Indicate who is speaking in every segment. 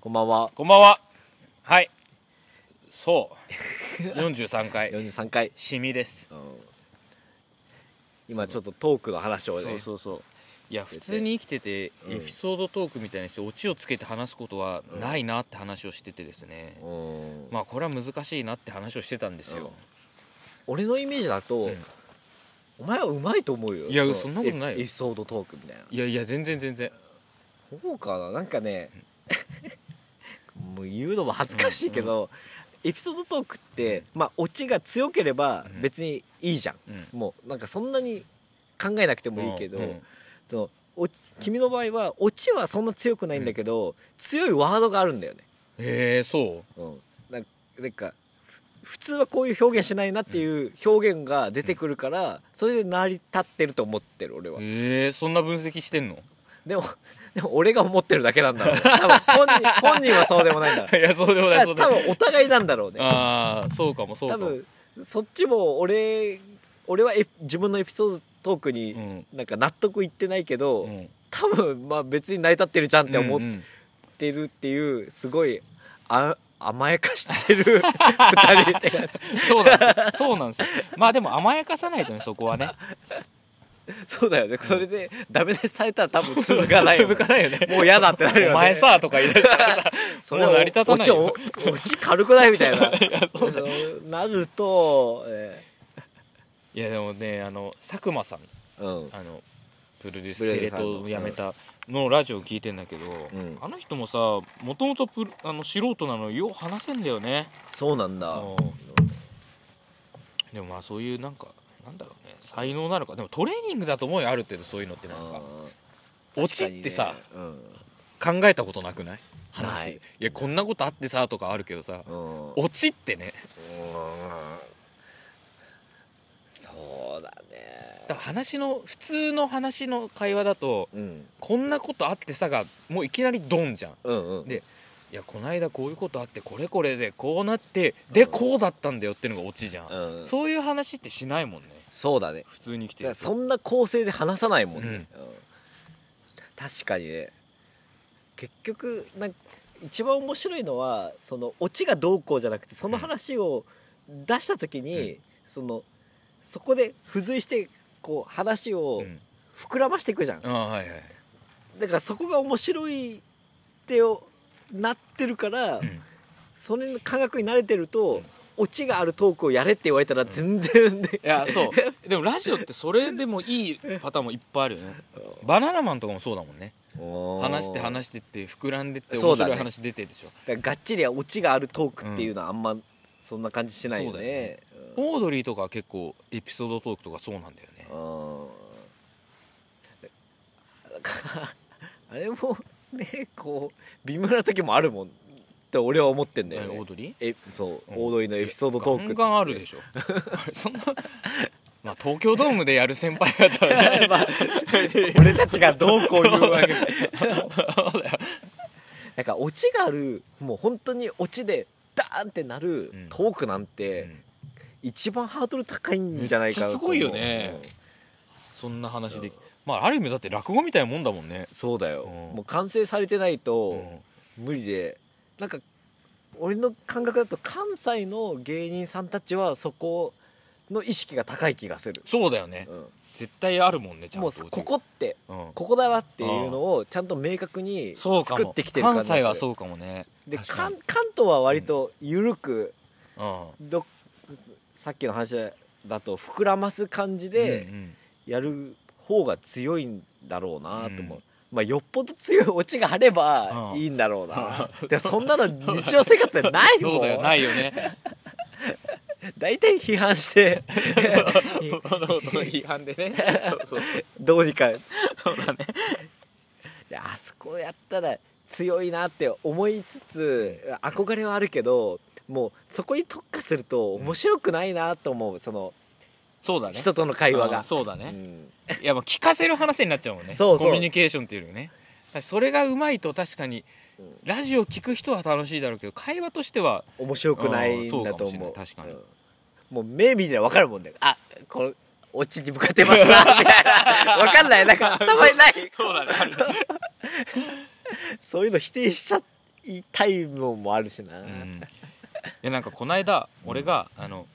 Speaker 1: こんばんは。
Speaker 2: こんばんは。はい。そう。43回。
Speaker 1: 43回。
Speaker 2: シミです。
Speaker 1: 今ちょっとトークの話を
Speaker 2: そう
Speaker 1: ね。
Speaker 2: そうそう。いや、普通に生きてて、
Speaker 1: うん
Speaker 2: エピソードトークみたいにして、オチをつけて話すことはないなって話をしててですね。
Speaker 1: うん
Speaker 2: まあ、これは難しいなって話をしてたんですよ。
Speaker 1: 俺のイメージだと、
Speaker 2: うん
Speaker 1: お前はうまいと思うよ。
Speaker 2: いや
Speaker 1: う
Speaker 2: そんなことないよ
Speaker 1: エピエピソードトークみたいな。
Speaker 2: いやいや、全然全然。
Speaker 1: そうかななんかね もう言うのも恥ずかしいけど、エピソードトークって、まあオチが強ければ
Speaker 2: うん
Speaker 1: 別にいいじゃん、
Speaker 2: うん
Speaker 1: もうなんかそんなに考えなくてもいいけど、
Speaker 2: うん
Speaker 1: そのオチ君の場合はオチはそんな強くないんだけど、強いワードがあるんだよね、
Speaker 2: えー、そう。
Speaker 1: うん、なんかなんかふ普通はこういう表現しないなっていう表現が出てくるから、それで成り立ってると思ってる俺は
Speaker 2: えー、そんな分析してんの
Speaker 1: でも、でも俺が思ってるだけなんだろうね。多分本人、本人はそうでもないんだろ。
Speaker 2: いや、 そうでもない
Speaker 1: 多
Speaker 2: うそうでもない
Speaker 1: 分お互いなんだろうね。
Speaker 2: ああ、そうかも、そうか
Speaker 1: 多
Speaker 2: も。
Speaker 1: 分、そっちも俺、俺はエピ自分のエピソードトーク
Speaker 2: う
Speaker 1: に、
Speaker 2: ん。
Speaker 1: なんか納得いってないけど、
Speaker 2: うん
Speaker 1: 多分、まあ別に成り立ってるじゃんって思っ
Speaker 2: うんうん
Speaker 1: てるっていう、すごい、あ、甘やかして る二人って感じ
Speaker 2: そうなんですよ。そうなんですよ。まあでも甘やかさないとね、そこはね。
Speaker 1: そうだよね。それで、ダメ出しされたら多分続かないよね、
Speaker 2: 続かないよね。
Speaker 1: もう嫌だってなるよね。
Speaker 2: お前さとか言い出したらさ
Speaker 1: それ
Speaker 2: もう成り立たないよ
Speaker 1: 落ちお落ち軽くないみたい なそうなると、え
Speaker 2: いやでもねあの佐久間さん
Speaker 1: ー
Speaker 2: あのプロデュース
Speaker 1: プロデ
Speaker 2: テ
Speaker 1: ュー
Speaker 2: レ
Speaker 1: サーの
Speaker 2: 東を辞めたのラジオ聞いてんだけど、
Speaker 1: ん
Speaker 2: あの人もさもともとプロあの素人なのよう話せんだよね
Speaker 1: そうなんだ
Speaker 2: でもまあそういうなんかなんだろうね才能なのかでもトレーニングだと思うよある程度そういうのってなんか
Speaker 1: うん
Speaker 2: 落ちってさ、
Speaker 1: 確かにね
Speaker 2: 考えたことなくない話
Speaker 1: ない
Speaker 2: いやこんなことあってさとかあるけどさ
Speaker 1: うんうん
Speaker 2: 落ちってね
Speaker 1: そうだね
Speaker 2: だから話の普通の話の会話だと
Speaker 1: うん
Speaker 2: こんなことあってさがもういきなりドンじゃん
Speaker 1: うんうん
Speaker 2: でいやこないだこういうことあってこれこれでこうなってでこうだったんだよってのがオチじゃん、
Speaker 1: うん
Speaker 2: そういう話ってしないもんね
Speaker 1: そうだね
Speaker 2: 普通に来
Speaker 1: だ
Speaker 2: て
Speaker 1: から
Speaker 2: る
Speaker 1: そんな構成で話さないもんね、うん確かにね結局なんか一番面白いのはそのオチがどうこうじゃなくてその話を出した時に、そのそこで付随してこう話を
Speaker 2: うん
Speaker 1: 膨らましていくじゃん、
Speaker 2: ああはいはい、
Speaker 1: だからそこが面白いってよなってるから、
Speaker 2: うん
Speaker 1: それの感覚に慣れてると、
Speaker 2: うん
Speaker 1: オチがあるトークをやれって言われたら全然ね、
Speaker 2: いやそう でもラジオってそれでもいいパターンもいっぱいあるよねバナナマンとかもそうだもんね話して話してって膨らんでって
Speaker 1: そ
Speaker 2: 面
Speaker 1: うだね
Speaker 2: 白い話出てるでしょ、
Speaker 1: だからがっちりオチがあるトークっていうのはあんまそんな感じしないよね。
Speaker 2: オードリーとかは結構エピソードトークとかそうなんだよね
Speaker 1: うんだからあれもねこう微妙な時もあるもんって俺は思ってんだよ
Speaker 2: えオ
Speaker 1: ね
Speaker 2: ー。ドリー
Speaker 1: えそう、
Speaker 2: うん
Speaker 1: オードリーのエピソードトーク
Speaker 2: ガンガンあるでしょあれそんなまあ東京ドームでやる先輩方はね
Speaker 1: まあ 俺たちがどうこう言うわ けなんかオチがあるもう本当にオチでダーンってなる
Speaker 2: うん
Speaker 1: トークなんて、
Speaker 2: うん
Speaker 1: 一番ハードル高いんじゃないかなと思う
Speaker 2: めっちゃすごいよね
Speaker 1: うん
Speaker 2: そんな話できまあある意味だって落語みたいなもんだもんね
Speaker 1: そうだよ、
Speaker 2: うん
Speaker 1: もう完成されてないと
Speaker 2: う
Speaker 1: 無理で、なんか俺の感覚だと関西の芸人さんたちはそこの意識が高い気がする、
Speaker 2: そうだよね
Speaker 1: うん
Speaker 2: 絶対あるもんねちゃん
Speaker 1: も
Speaker 2: と
Speaker 1: うここって
Speaker 2: うん
Speaker 1: ここだなっていうのをちゃんと明確に
Speaker 2: そうか
Speaker 1: 作
Speaker 2: も
Speaker 1: ってきてる感
Speaker 2: 関
Speaker 1: じがす
Speaker 2: 西
Speaker 1: る
Speaker 2: はそうかもね
Speaker 1: で
Speaker 2: 確か
Speaker 1: 関
Speaker 2: に
Speaker 1: 関東は割と緩く
Speaker 2: うん
Speaker 1: どさっきの話だと膨らます感じで、
Speaker 2: うんうん
Speaker 1: やる方が強いんだろうなと思う、
Speaker 2: うん
Speaker 1: まあよっぽど強いオチがあれば
Speaker 2: うん
Speaker 1: いいんだろうな、でもそんなの日常生活でないもん
Speaker 2: そうだよない よね
Speaker 1: 大体批判して
Speaker 2: 批判でね そうそう
Speaker 1: どうにかい
Speaker 2: そうだね
Speaker 1: やあそこやったら強いなって思いつつ憧れはあるけどもうそこに特化すると面白くないなと思うその
Speaker 2: そうだね
Speaker 1: 人との会話
Speaker 2: あ
Speaker 1: が
Speaker 2: ー、そうだ
Speaker 1: う
Speaker 2: ね
Speaker 1: ん
Speaker 2: いやまあ聞かせる話になっちゃうもんね
Speaker 1: そうそう
Speaker 2: コミュニケーションっていうよりねだからそれがうまいと確かに
Speaker 1: うん
Speaker 2: ラジオ聞く人は楽しいだろうけど会話としては
Speaker 1: 面白くないんだと
Speaker 2: うんそうかもしれ
Speaker 1: 思
Speaker 2: な
Speaker 1: う
Speaker 2: い確かに
Speaker 1: うんもう目見て分かるもんねあこれオチに向かって ますなみたいな分かんないなんかたまにない
Speaker 2: そうだね
Speaker 1: そういうの否定しちゃ言いたいのもあるしな、
Speaker 2: うん、でなんかこの間俺が、あの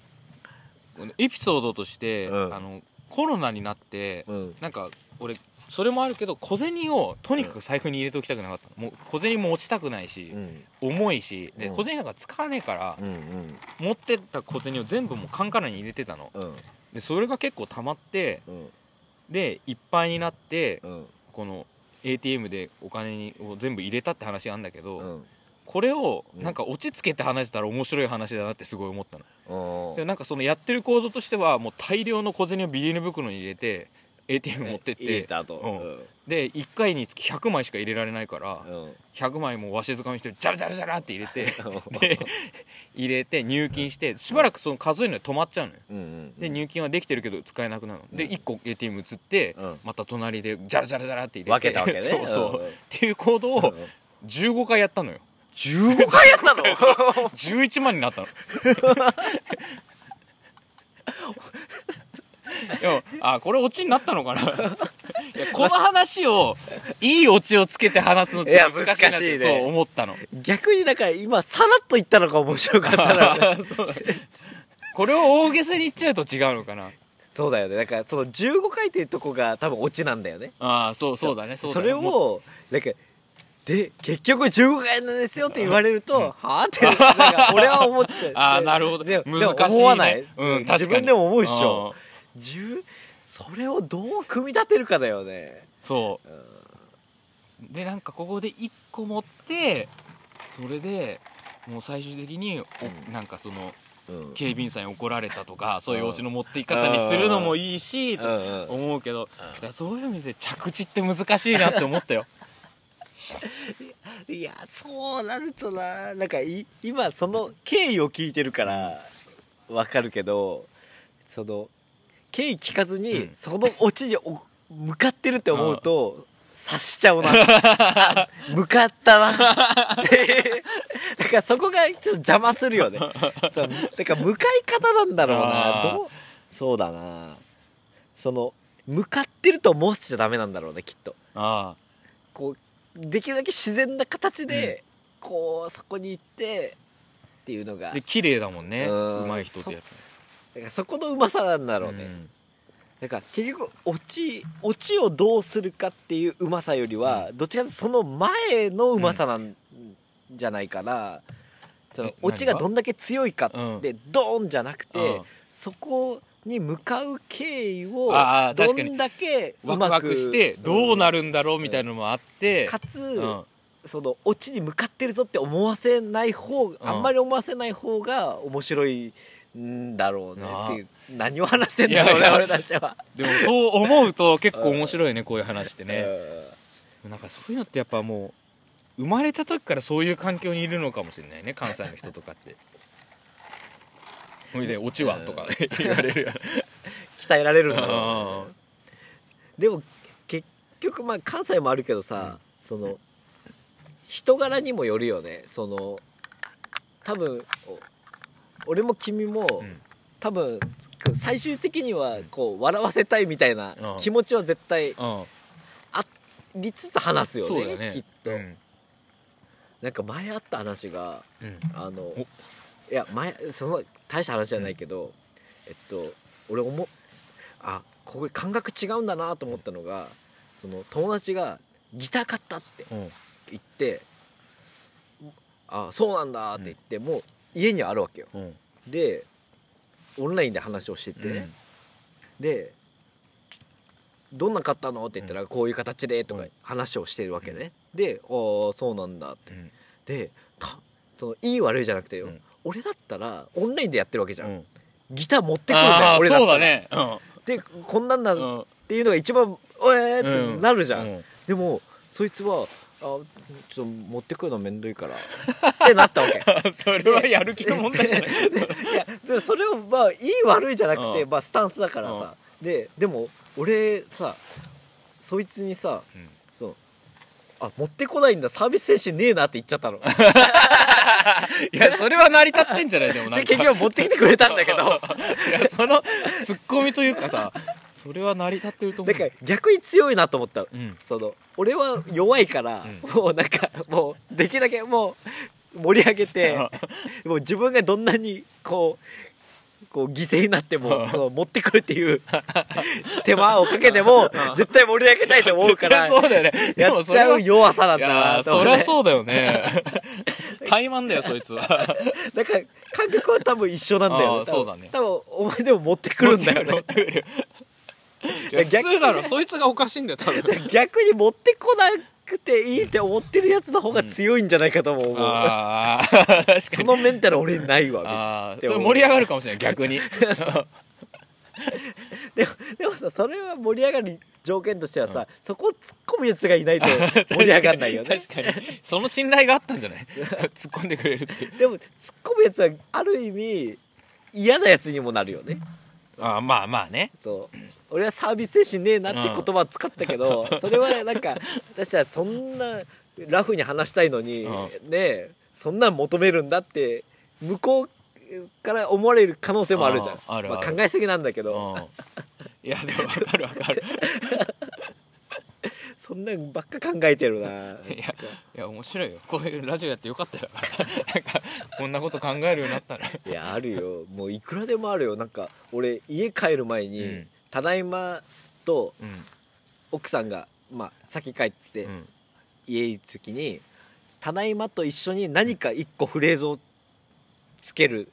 Speaker 2: エピソードとして、
Speaker 1: うん
Speaker 2: あのコロナになって、
Speaker 1: うん
Speaker 2: なんか俺それもあるけど小銭をとにかく財布に入れておきたくなかったのもう小銭も落ちたくないし
Speaker 1: う、ん
Speaker 2: 重いしで
Speaker 1: うん
Speaker 2: 小銭なんか使わねえから
Speaker 1: う、ん
Speaker 2: 持ってった小銭を全部もう缶からに入れてたの
Speaker 1: うん
Speaker 2: でそれが結構溜まって
Speaker 1: うん
Speaker 2: でいっぱいになって
Speaker 1: うん
Speaker 2: この ATM でお金にを全部入れたって話あんだけど、
Speaker 1: うん
Speaker 2: これを
Speaker 1: うん
Speaker 2: なんか落ち着けて話したら面白い話だなってすごい思ったの、
Speaker 1: お
Speaker 2: で
Speaker 1: ー
Speaker 2: なんかそのやってる行動としてはもう大量の小銭をビニール袋に入れて ATM 持ってっ
Speaker 1: 入れ
Speaker 2: て
Speaker 1: たと
Speaker 2: うんで1回につき100枚しか入れられないから
Speaker 1: うんうん
Speaker 2: 100枚もうわしづかみしてジャラジャラジャラって入れて
Speaker 1: うん
Speaker 2: で入れて入金してしばらくその数えるので止まっちゃうのよ
Speaker 1: うんうん
Speaker 2: で入金はできてるけど使えなくなるので
Speaker 1: うん
Speaker 2: 1個 ATM 移って
Speaker 1: うん
Speaker 2: また隣でジャラジャラジャラって入れ
Speaker 1: 分
Speaker 2: て
Speaker 1: けたわけね
Speaker 2: そうそう
Speaker 1: うんうん
Speaker 2: っていう行動を15回やったのよ
Speaker 1: 15回や ったの
Speaker 2: 11万になっ たのでもあこれオチになったのかな いやこの話をいいオチをつけて話すのっ
Speaker 1: い
Speaker 2: て
Speaker 1: や
Speaker 2: 難しいなっ
Speaker 1: 難していね
Speaker 2: そう思ったの
Speaker 1: 逆にだから今さらっと言ったのが面白かったな
Speaker 2: そうこれを大げさに言っちゃうと違うのかな
Speaker 1: そうだよねだからその15回っていうとこが多分オチなんだよね
Speaker 2: ああそうそうだねそうだね
Speaker 1: れ
Speaker 2: もっ
Speaker 1: をなんかで結局15回なんですよって言われると、はあってなん か俺は思っちゃう
Speaker 2: あーなるほど
Speaker 1: ででも
Speaker 2: 難しいね
Speaker 1: 思わない、
Speaker 2: うん確かに
Speaker 1: 自分でも思うっしょ10それをどう組み立てるかだよね
Speaker 2: そう、でなんかここで1個持ってそれでもう最終的にお
Speaker 1: うん
Speaker 2: なんかその
Speaker 1: うん
Speaker 2: 警備員さんに怒られたとかそういうおしの持っていき方にするのもいいしと思うけどだからそういう意味で着地って難しいなって思 ったよ
Speaker 1: いやそうなるとななんかい今その経緯を聞いてるからわかるけどその経緯聞かずに、
Speaker 2: うん
Speaker 1: そのオチにお向かってるって思うと察しちゃう なあ向かったなってだからそこがちょっと邪魔するよねそうだから向かい方なんだろう
Speaker 2: あ
Speaker 1: な
Speaker 2: ー
Speaker 1: どうそうだなその向かってると思わせちゃダメなんだろうねきっと。
Speaker 2: あ
Speaker 1: こうできるだけ自然な形で、こうそこに行ってっていうのが
Speaker 2: あで綺麗だもんね
Speaker 1: うん
Speaker 2: うまい人ってや
Speaker 1: だからそこのうまさなんだ
Speaker 2: つ
Speaker 1: ろうね、
Speaker 2: うん
Speaker 1: だから結局オチオチをどうするかっていううまさよりは、どっちかというとその前のうまさなんじゃないかな、その
Speaker 2: え
Speaker 1: オチが
Speaker 2: 何が
Speaker 1: どんだけ強いかって、ドーンじゃなくて、
Speaker 2: うん
Speaker 1: そこに向かう経緯を
Speaker 2: あー
Speaker 1: ど
Speaker 2: 確かに
Speaker 1: んだけうま
Speaker 2: ワ
Speaker 1: く
Speaker 2: クワクしてどうな
Speaker 1: る、
Speaker 2: るんだろうみたいなのもあって
Speaker 1: かつ、
Speaker 2: うん
Speaker 1: そのオチに向かってるぞって思わせない方あんまり思わせない方が面白いんだろうね
Speaker 2: なあ
Speaker 1: っていう何を話してんだろうね
Speaker 2: いやいや
Speaker 1: 俺たちは。
Speaker 2: でもそう思うと結構面白いねこういう話って ねなんかそういうのってやっぱもう生まれた時からそういう環境にいるのかもしれないね関西の人とかってほいで「落ちは?」とか言われるよ
Speaker 1: うん鍛えられるんだろ
Speaker 2: あ
Speaker 1: うでも結局まあ関西もあるけどさ、その人柄にもよるよねその多分お俺も君も、
Speaker 2: ーうん
Speaker 1: 多分最終的にはこう笑わせたいみたいな気持ちは絶対
Speaker 2: あ
Speaker 1: ありつつ話す
Speaker 2: ー
Speaker 1: よ
Speaker 2: そうだ
Speaker 1: ね
Speaker 2: よね
Speaker 1: きっと、
Speaker 2: うん
Speaker 1: なんか前あった話が
Speaker 2: うん
Speaker 1: あのいや前その大した話じゃないけど、えっと俺思うあこれ感覚違うんだなと思ったのが、その友達がギター買ったって
Speaker 2: うん
Speaker 1: 言ってあそうなんだって言って、もう家にあるわけよ
Speaker 2: うん
Speaker 1: でオンラインで話をしてて、
Speaker 2: うん
Speaker 1: で「どんな買ったの?」って言ったら「こういう形で」とか話をしてるわけね、で「ああそうなんだ」って
Speaker 2: うん
Speaker 1: でたそのいい悪いじゃなくてよ、
Speaker 2: うん
Speaker 1: 俺だったらオンラインでやってるわけじゃん、
Speaker 2: うん
Speaker 1: ギター持ってくるじゃん
Speaker 2: あー
Speaker 1: 俺だ
Speaker 2: そ
Speaker 1: った
Speaker 2: うだ
Speaker 1: ら
Speaker 2: ねうん
Speaker 1: でこんなんなっ
Speaker 2: うん
Speaker 1: ていうのが一番「おえー!」ってなるじゃん、
Speaker 2: うん
Speaker 1: でもそいつはあちょっと持ってくるのめんどいから ってなったわけ
Speaker 2: あ それはやる気の問題じゃない
Speaker 1: でいやでもそれをまあいい悪いじゃなくて、
Speaker 2: うん
Speaker 1: まあ、スタンスだからさ、ででも俺さそいつにさ
Speaker 2: うん
Speaker 1: そのあ持ってこないんだサービス精神ねえなって言っちゃった ので
Speaker 2: いやそれは成り立ってんじゃないでもなんか
Speaker 1: 結局持ってきてくれたんだけどだか
Speaker 2: いやそのツッコミというかさそれは成り立ってると思う
Speaker 1: ら逆に強いなと思ったの
Speaker 2: うん
Speaker 1: その俺は弱いから、もうなんかもうできるだけもう盛り上げてもう自分がどんなにこうこう犠牲になってもこう持ってくるっていう手間をかけても絶対盛り上げたいと思うから
Speaker 2: そうだよねで
Speaker 1: や
Speaker 2: も
Speaker 1: っ
Speaker 2: そ
Speaker 1: ち
Speaker 2: れ
Speaker 1: ゃ
Speaker 2: は
Speaker 1: う弱さなん
Speaker 2: い
Speaker 1: だ
Speaker 2: や
Speaker 1: な
Speaker 2: ー
Speaker 1: と思
Speaker 2: そうり
Speaker 1: ね
Speaker 2: ゃそうだよね怠慢だよそいつは
Speaker 1: だから感覚は多分一緒なんだよ
Speaker 2: あーそうだね
Speaker 1: 多分お前でも持ってくるんだよね
Speaker 2: 来るいや
Speaker 1: いや
Speaker 2: 普通だろそいつがおかしいんだよ多分
Speaker 1: 逆に持ってこなくていいって思ってるやつの方が強いんじゃないかとも思う、
Speaker 2: ああ確かに
Speaker 1: そのメンタル俺にないわ
Speaker 2: ああそれ盛り上がるかもしれない逆に
Speaker 1: でもでもさそれは盛り上がる条件としてはさ、そこを突っ込むやつがい ないと 盛り上がんないよね
Speaker 2: 確かにその信頼があったんじゃない突っ込んでくれるっていう
Speaker 1: でも突っ込むやつはある意味嫌なやつにもなるよね
Speaker 2: ああまあまあね
Speaker 1: そう俺はサービス精神ねえなって言葉を使ったけど、それはなんか私はそんなラフに話したいのに、
Speaker 2: う
Speaker 1: ね
Speaker 2: ん
Speaker 1: えそんなん求めるんだって向こうから思われる可能性もあるじゃん
Speaker 2: あある
Speaker 1: ま
Speaker 2: ある
Speaker 1: 考えすぎなんだけ
Speaker 2: うん
Speaker 1: ど、
Speaker 2: いやでも分かる分かる
Speaker 1: そんなんばっか考えて るない
Speaker 2: やいや面白いよこういうラジオやってよかったよなんかこんなこと考えるようになったら
Speaker 1: いやあるよもういくらでもあるよなんか俺家帰る前に「
Speaker 2: うん
Speaker 1: ただいま」と
Speaker 2: うん
Speaker 1: 奥さんが、まあ、先帰って、
Speaker 2: うん
Speaker 1: 家いる時に「ただいま」と一緒に何か一個フレーズをつける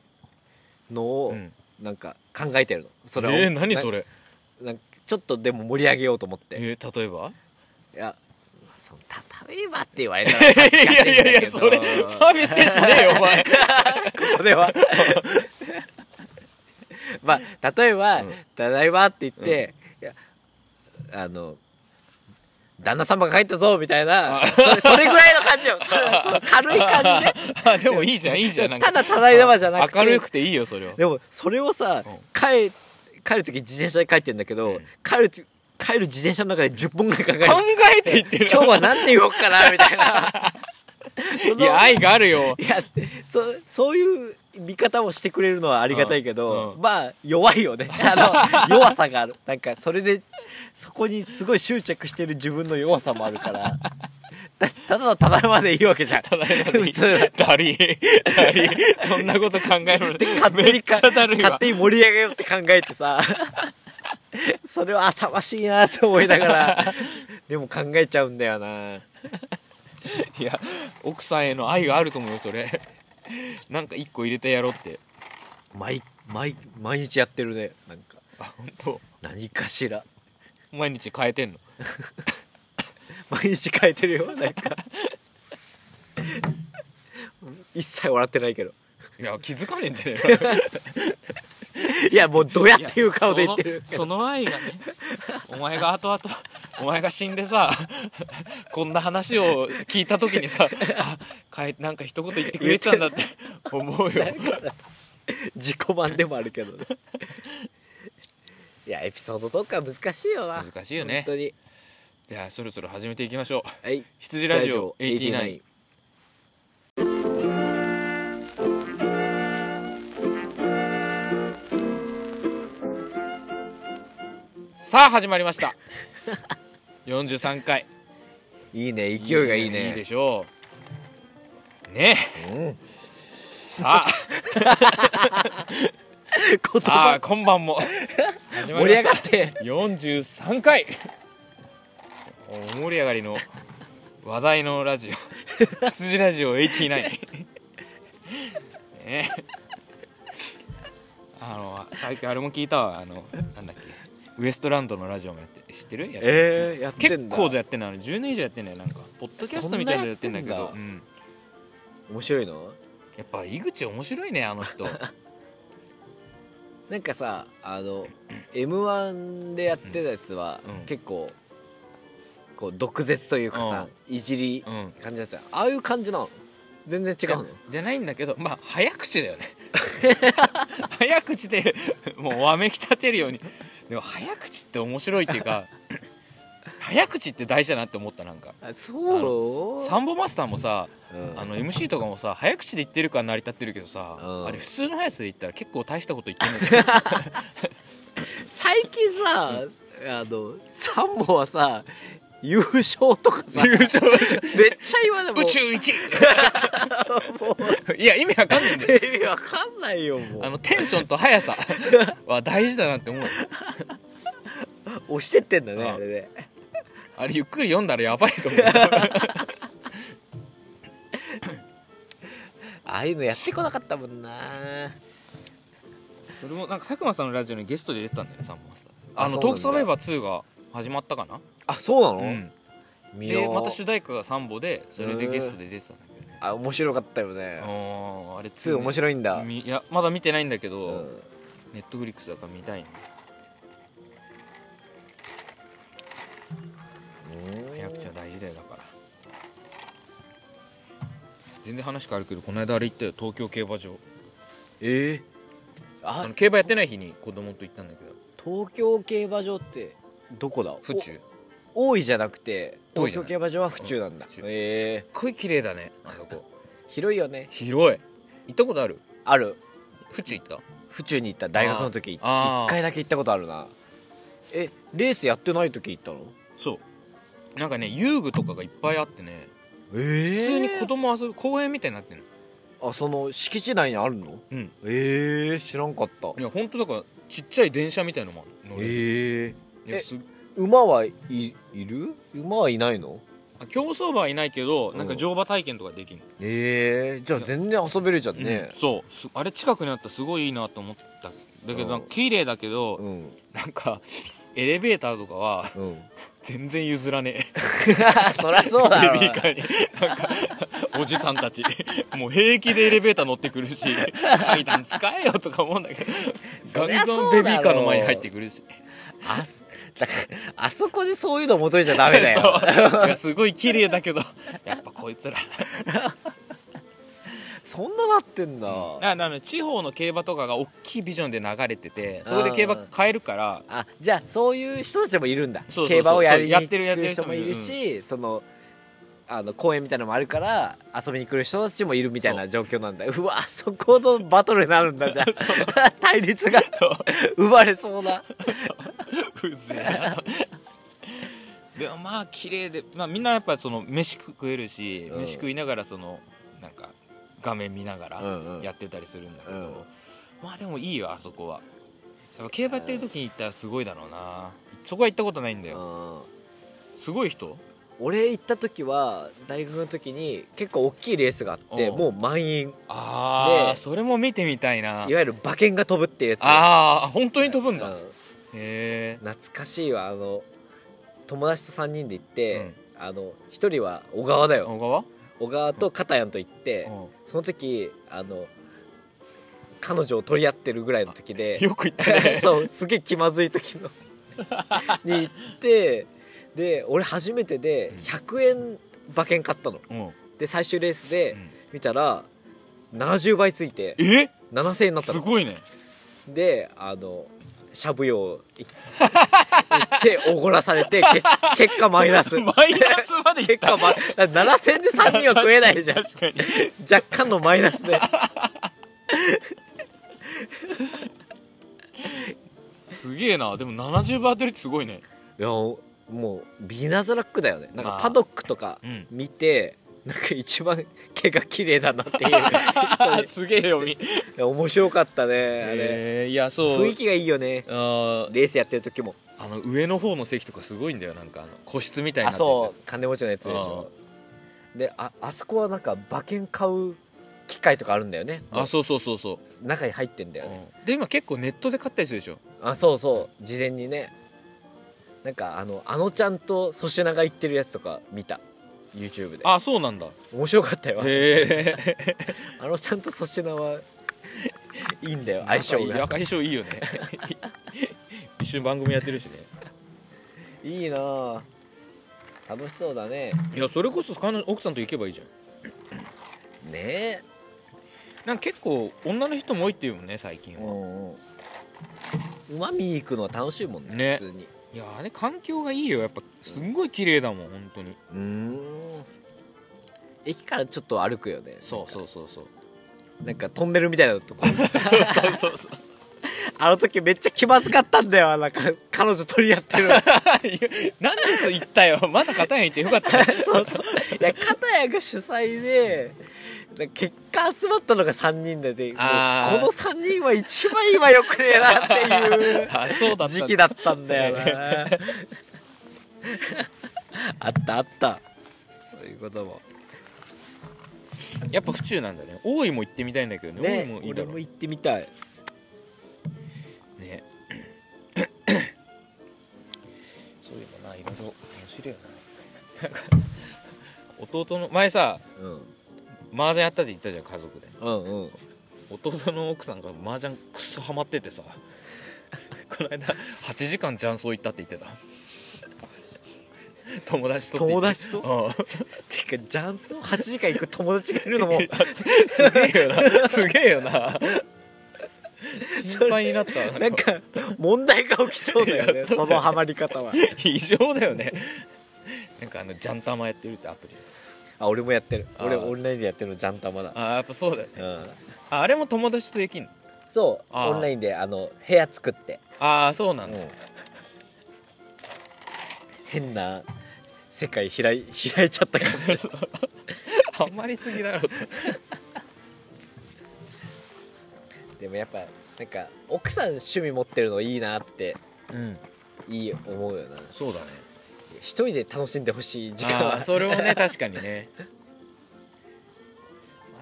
Speaker 1: のを
Speaker 2: うん
Speaker 1: なんか考えてるの、それを
Speaker 2: えー、何それ
Speaker 1: ななんかちょっとでも盛り上げようと思って
Speaker 2: えー、例えば
Speaker 1: いやその「ただいま」って言われたら恥ずかしいん だけど
Speaker 2: そ れサービス精神ねえよお前
Speaker 1: ここでは まあ例えば
Speaker 2: うん
Speaker 1: 「ただいま」って言って、いやあの旦那様が帰ったぞみたいなそれそれぐらいの感 じよそれその軽い感じね
Speaker 2: あでもいいじゃんいいじゃんなんか
Speaker 1: ただただいまじゃなくて
Speaker 2: 明るくていいよそれは
Speaker 1: でもそれをさ
Speaker 2: うん
Speaker 1: 帰帰る時自転車で帰ってんだけど、
Speaker 2: うん
Speaker 1: 帰る時帰る自転車の中で10分ぐらいか
Speaker 2: 考
Speaker 1: か る
Speaker 2: えていってる
Speaker 1: 今日は何で言おうかなみたい なそ
Speaker 2: い
Speaker 1: の
Speaker 2: や愛があるよ
Speaker 1: いやそそういう見方をしてくれるのはありがたいけど、
Speaker 2: うんうん
Speaker 1: まあ弱い よねあの弱さがあるなんかそれでそこにすごい執着してる自分の弱さもあるからだただのただまでいいわけじゃん
Speaker 2: ただいまでい
Speaker 1: 普通
Speaker 2: だりだりそんなこと考えるの
Speaker 1: で勝手
Speaker 2: めっ
Speaker 1: に
Speaker 2: ちゃだるいわ
Speaker 1: 勝手に盛り上げようって考えてさそれは浅ましいなと思いながらでも考えちゃうんだよない
Speaker 2: や奥さんへの愛があると思うよそれなんか一個入れてやろうって
Speaker 1: 毎毎毎日やってるねなんか
Speaker 2: あ本当
Speaker 1: 何かしら
Speaker 2: 毎日変えてんの
Speaker 1: 毎日変えてるよなんか一切笑ってないけど
Speaker 2: いや気づかねえんじゃねえか
Speaker 1: いやもうどや っていう顔で言ってるけ
Speaker 2: そ
Speaker 1: ど
Speaker 2: のその愛がねお前が後々お前が死んでさ こんな話を聞いた時にさあ変えなんか一言言ってくれてたんだって思うよ
Speaker 1: 自己満でもあるけどねいやエピソードとか難しいよな
Speaker 2: 難しいよね
Speaker 1: 本当に
Speaker 2: じゃあそろそろ始めていきましょう
Speaker 1: はい
Speaker 2: 羊ラジオ89さあ始まりました43回
Speaker 1: いいね勢いがいいね
Speaker 2: いいでしょうね
Speaker 1: うん
Speaker 2: さあ
Speaker 1: 言
Speaker 2: さあ
Speaker 1: 葉
Speaker 2: 今晩 も始ま
Speaker 1: 盛
Speaker 2: り
Speaker 1: り上
Speaker 2: まし
Speaker 1: が
Speaker 2: た
Speaker 1: って
Speaker 2: 43回大盛り上がりの話題のラジオ羊ラジオ89ねえあの最近あれも聞いたわあのなんだっけウエストランドのラジオもやって知ってるやってる
Speaker 1: えー、やって
Speaker 2: 結
Speaker 1: んだ
Speaker 2: 構じゃやってんのあの10年以上やってんだよなんかポッドキャストみたいなのやってんだけど
Speaker 1: そんなやって
Speaker 2: うん
Speaker 1: 面白いの
Speaker 2: やっぱ井口面白いねあの人
Speaker 1: なんかさあの m 1でやってたやつは、
Speaker 2: うん
Speaker 1: 結構こう毒舌というかさ、いじり
Speaker 2: うん
Speaker 1: 感じだったああいう感じなの全然違うの
Speaker 2: いやじゃないんだけどまあ早口だよね 早口でもうわめき立てるようにでも早口って面白いっていうか 早口って大事だなって思ったなんか
Speaker 1: あ
Speaker 2: あ
Speaker 1: そう
Speaker 2: サンボマスターもさ
Speaker 1: うん
Speaker 2: あの MC とかもさ早口で言ってるから成り立ってるけどさ、
Speaker 1: うん
Speaker 2: あれ普通の速さで言ったら結構大したこと言ってんだけ
Speaker 1: 最近さ、あのサンボはさ優勝とかさ
Speaker 2: 優勝
Speaker 1: めっちゃ今でも
Speaker 2: 宇宙一 位いや意味わかんないんだよ
Speaker 1: 意味わかんないよもう
Speaker 2: あのテンションと速さは大事だなって思うよ
Speaker 1: 押してってんだね
Speaker 2: うん
Speaker 1: あれね
Speaker 2: あれゆっくり読んだらやばいと思う
Speaker 1: ああいうのやってこなかったもんな
Speaker 2: 俺もなんか佐久間さんのラジオにゲストで出てたんだよねサンボマスター
Speaker 1: あ
Speaker 2: あの
Speaker 1: そうなんだ
Speaker 2: トークサバイバー2が始まったかな
Speaker 1: あそうなの、
Speaker 2: うん
Speaker 1: 見よ
Speaker 2: で
Speaker 1: う
Speaker 2: また主題歌がサンボでそれでゲストで出てたんだけどね
Speaker 1: あ面白かったよね
Speaker 2: あああれ
Speaker 1: 2面白いんだ、
Speaker 2: みいやまだ見てないんだけ
Speaker 1: う
Speaker 2: ど、
Speaker 1: ん
Speaker 2: ネットフリックスだから見たいね早口は大事だよだから全然話変わるけどこの間あれ行ったよ東京競馬場
Speaker 1: ええ
Speaker 2: あ
Speaker 1: あ
Speaker 2: の競馬やってない日に子供と行ったんだけど
Speaker 1: 東京競馬場ってどこだ
Speaker 2: 府中
Speaker 1: お多いじゃなくて
Speaker 2: 多い
Speaker 1: 東
Speaker 2: じ
Speaker 1: 京
Speaker 2: ゃな
Speaker 1: 競馬
Speaker 2: い
Speaker 1: 場は府中なんだ
Speaker 2: うん府中
Speaker 1: ええ
Speaker 2: すっごい綺麗だねあそこ
Speaker 1: 広いよね
Speaker 2: 広い行ったことある
Speaker 1: ある
Speaker 2: 府中行った
Speaker 1: 府中に行った大学の時
Speaker 2: あー
Speaker 1: 1回だけ行ったことあるなえレースやってない時行ったの
Speaker 2: そうなんかね遊具とかがいっぱいあってね
Speaker 1: ええ
Speaker 2: 普通に子供遊ぶ公園みたいになってる
Speaker 1: あその敷地内にあるの
Speaker 2: うん
Speaker 1: ええ知らんかった
Speaker 2: いや本当だからちっちゃい電車みたいのもあるの乗れる
Speaker 1: ええ
Speaker 2: いやす
Speaker 1: 馬はい、いる馬はいないの
Speaker 2: あ競走馬はいないけどなんか
Speaker 1: うん
Speaker 2: 乗馬体験とかできる、
Speaker 1: ええじゃあ全然遊べるじゃんね
Speaker 2: うんそうすあれ近くにあったらすごいいいなと思っただけ
Speaker 1: う
Speaker 2: ど
Speaker 1: ん
Speaker 2: なんか綺麗だけど、
Speaker 1: うん
Speaker 2: なんかエレベーターとかは
Speaker 1: うん
Speaker 2: 全然譲らねえ
Speaker 1: そりゃそうだ
Speaker 2: ベ
Speaker 1: ろう
Speaker 2: ビ
Speaker 1: な
Speaker 2: ーカーになんかおじさんたちもう平気でエレベーター乗ってく るし階段使えよとか思うんだけど
Speaker 1: そ
Speaker 2: ガン
Speaker 1: りゃ
Speaker 2: ガ
Speaker 1: そ
Speaker 2: ン
Speaker 1: うだろう
Speaker 2: ベビーカーの前に入ってくるし
Speaker 1: あだからあそこでそういうの求めちゃダメだよ
Speaker 2: そういやすごい綺麗だ けどやっぱこいつら
Speaker 1: そんななってんだ、
Speaker 2: あなので地方の競馬とかが大きいビジョンで流れててそこで競馬
Speaker 1: うん
Speaker 2: 変えるから
Speaker 1: あじゃあそういう人たちもいるんだ
Speaker 2: そうそうそう
Speaker 1: 競馬をやりに
Speaker 2: や
Speaker 1: 行
Speaker 2: ってるやって
Speaker 1: く
Speaker 2: る
Speaker 1: 人
Speaker 2: 人
Speaker 1: も
Speaker 2: も
Speaker 1: い
Speaker 2: いる
Speaker 1: るしそのあの公園みたいなのもあるから遊びに来る人たちもいるみたいな状況なんだうわそこのバトルになるんだじゃ あ対立が
Speaker 2: そう
Speaker 1: 生まれそうな
Speaker 2: うぜえな でもまあ綺麗でまあみんなやっぱその飯食えるし、
Speaker 1: うん
Speaker 2: 飯食いながらそのなんか画面見ながら
Speaker 1: うんうん
Speaker 2: やってたりするんだけど、
Speaker 1: うん
Speaker 2: まあでもいいよあそこはやっぱ競馬やってる時に行ったらすごいだろうなそこは行ったことないんだ
Speaker 1: う
Speaker 2: よ
Speaker 1: ん
Speaker 2: すごい人
Speaker 1: 俺行った時は大学の時に結構大きいレースがあって
Speaker 2: うん
Speaker 1: もう満員
Speaker 2: あ
Speaker 1: で
Speaker 2: あそれも見てみたいない
Speaker 1: わゆる馬券が飛ぶっていうやつ
Speaker 2: ああ本当に飛ぶんだ、
Speaker 1: う
Speaker 2: へ
Speaker 1: ん
Speaker 2: え
Speaker 1: 懐かしいわあの友達と3人で行って
Speaker 2: うん、
Speaker 1: あの1人は小川だよ
Speaker 2: 小川
Speaker 1: 小川と片やんと行って、その時あの彼女を取り合ってるぐらいの時で
Speaker 2: よく行った ね
Speaker 1: そうすげえ気まずい時 のに行ってで俺初めてで
Speaker 2: うん
Speaker 1: 100円馬券買ったの
Speaker 2: うん、うん
Speaker 1: で最終レースで見たら70倍ついて
Speaker 2: え
Speaker 1: 7000円になった
Speaker 2: す
Speaker 1: の
Speaker 2: ごいね
Speaker 1: であのしゃぶ用行っておごらされて け結果マイナス
Speaker 2: マイナスまで行っ
Speaker 1: 結
Speaker 2: た
Speaker 1: 果マイだから7000で3人は食えないじゃん
Speaker 2: 確かに
Speaker 1: 若干のマイナスで
Speaker 2: すげえなでも70バートルってす ご いね
Speaker 1: いやもうビギナーズラックだよねなんか
Speaker 2: まあ
Speaker 1: パドックとか
Speaker 2: うん
Speaker 1: 見て、なんか一番毛が綺麗だなっていう 人にい
Speaker 2: すげえ読み
Speaker 1: や面白かったねあれ、
Speaker 2: えー、いやそう
Speaker 1: 雰囲気がいいよね
Speaker 2: あー
Speaker 1: レースやってる時も
Speaker 2: あの上の方の席とかすごいんだよなんかあの個室みたいに
Speaker 1: あ
Speaker 2: なってて
Speaker 1: そう金持ちのやつでしょでああそこはなんか馬券買う機械とかあるんだよね
Speaker 2: あそうそうそうそう、
Speaker 1: 中に入ってんだよね、
Speaker 2: うんで今結構ネットで買ったりするでしょ
Speaker 1: あそうそう事前にねなんかあのあのちゃんと粗品が言ってるやつとか見た YouTube で
Speaker 2: あそうなんだ
Speaker 1: 面白かったよ
Speaker 2: へえ
Speaker 1: あのちゃんと粗品は いいんだよ相
Speaker 2: 相
Speaker 1: 性
Speaker 2: 性
Speaker 1: が
Speaker 2: 相性い いよね一緒に番組やってるしね
Speaker 1: いいなあ楽しそうだね
Speaker 2: いやそれこそ彼女奥さんと行けばいいじゃん
Speaker 1: ねえ
Speaker 2: なんか結構女の人も多いっていうもんね最近
Speaker 1: う
Speaker 2: は、
Speaker 1: んうん馬見に行くのは楽しいもんね
Speaker 2: ね
Speaker 1: 普通に
Speaker 2: いやあれ環境がいいよやっぱすんごい綺麗だもん本当に
Speaker 1: うーん駅からちょっと歩くよね
Speaker 2: そうそうそうそう
Speaker 1: なんかトンネルみたいなとこ
Speaker 2: そうそうそうそう
Speaker 1: あの時めっちゃ気まずかったんだよなんか彼女取り合ってるの
Speaker 2: なんでそう言ったよまだ勝たへんってよかった
Speaker 1: そうそういや片谷が主催でなんか結果集まったのが3人ででもうこ
Speaker 2: あー
Speaker 1: の3人は一番今よくねえなっていう
Speaker 2: あそう だった
Speaker 1: 時期だったんだよ なあったあったそういうことも
Speaker 2: やっぱ府中なんだね大井も行ってみたいんだけどね大井
Speaker 1: ね
Speaker 2: もいい
Speaker 1: 俺
Speaker 2: だろ
Speaker 1: も
Speaker 2: う
Speaker 1: 行ってみたい
Speaker 2: ねそういえばないろいろ面白いよななんか弟の前さ
Speaker 1: うん
Speaker 2: 麻雀やったって言ったじゃん家族で
Speaker 1: うんうん
Speaker 2: 弟の奥さんが麻雀クソハマって てさこの間8時間雀荘行ったって言ってた友達とって言って
Speaker 1: 友達とてかジャンスを8時間行く友達がいるのも
Speaker 2: うんすげえよなすげえよな 心配になった わ
Speaker 1: なんか問題が起きそうだよ
Speaker 2: い
Speaker 1: ね
Speaker 2: や
Speaker 1: そ
Speaker 2: そうだ
Speaker 1: の
Speaker 2: よね
Speaker 1: ハマり方は
Speaker 2: 異常だよねなんかあのジャンタマやってるってアプリ
Speaker 1: あ俺もやってる
Speaker 2: あー
Speaker 1: 俺オンラインでやってるのジャンタマだ
Speaker 2: あーやっぱそうだよね
Speaker 1: うん
Speaker 2: ああれも友達とできんの
Speaker 1: そう
Speaker 2: あー
Speaker 1: オンラインであの部屋作って、
Speaker 2: ああそうなんだ、
Speaker 1: うん変な世界開い 開いちゃったから
Speaker 2: あんまりすぎだろって
Speaker 1: でもやっぱなんか奥さん趣味持ってるのいいなって
Speaker 2: うん
Speaker 1: いい思うよな
Speaker 2: そうだね
Speaker 1: 一人で楽しんでほしい時間
Speaker 2: ああ
Speaker 1: は
Speaker 2: ーそれもね確かにねま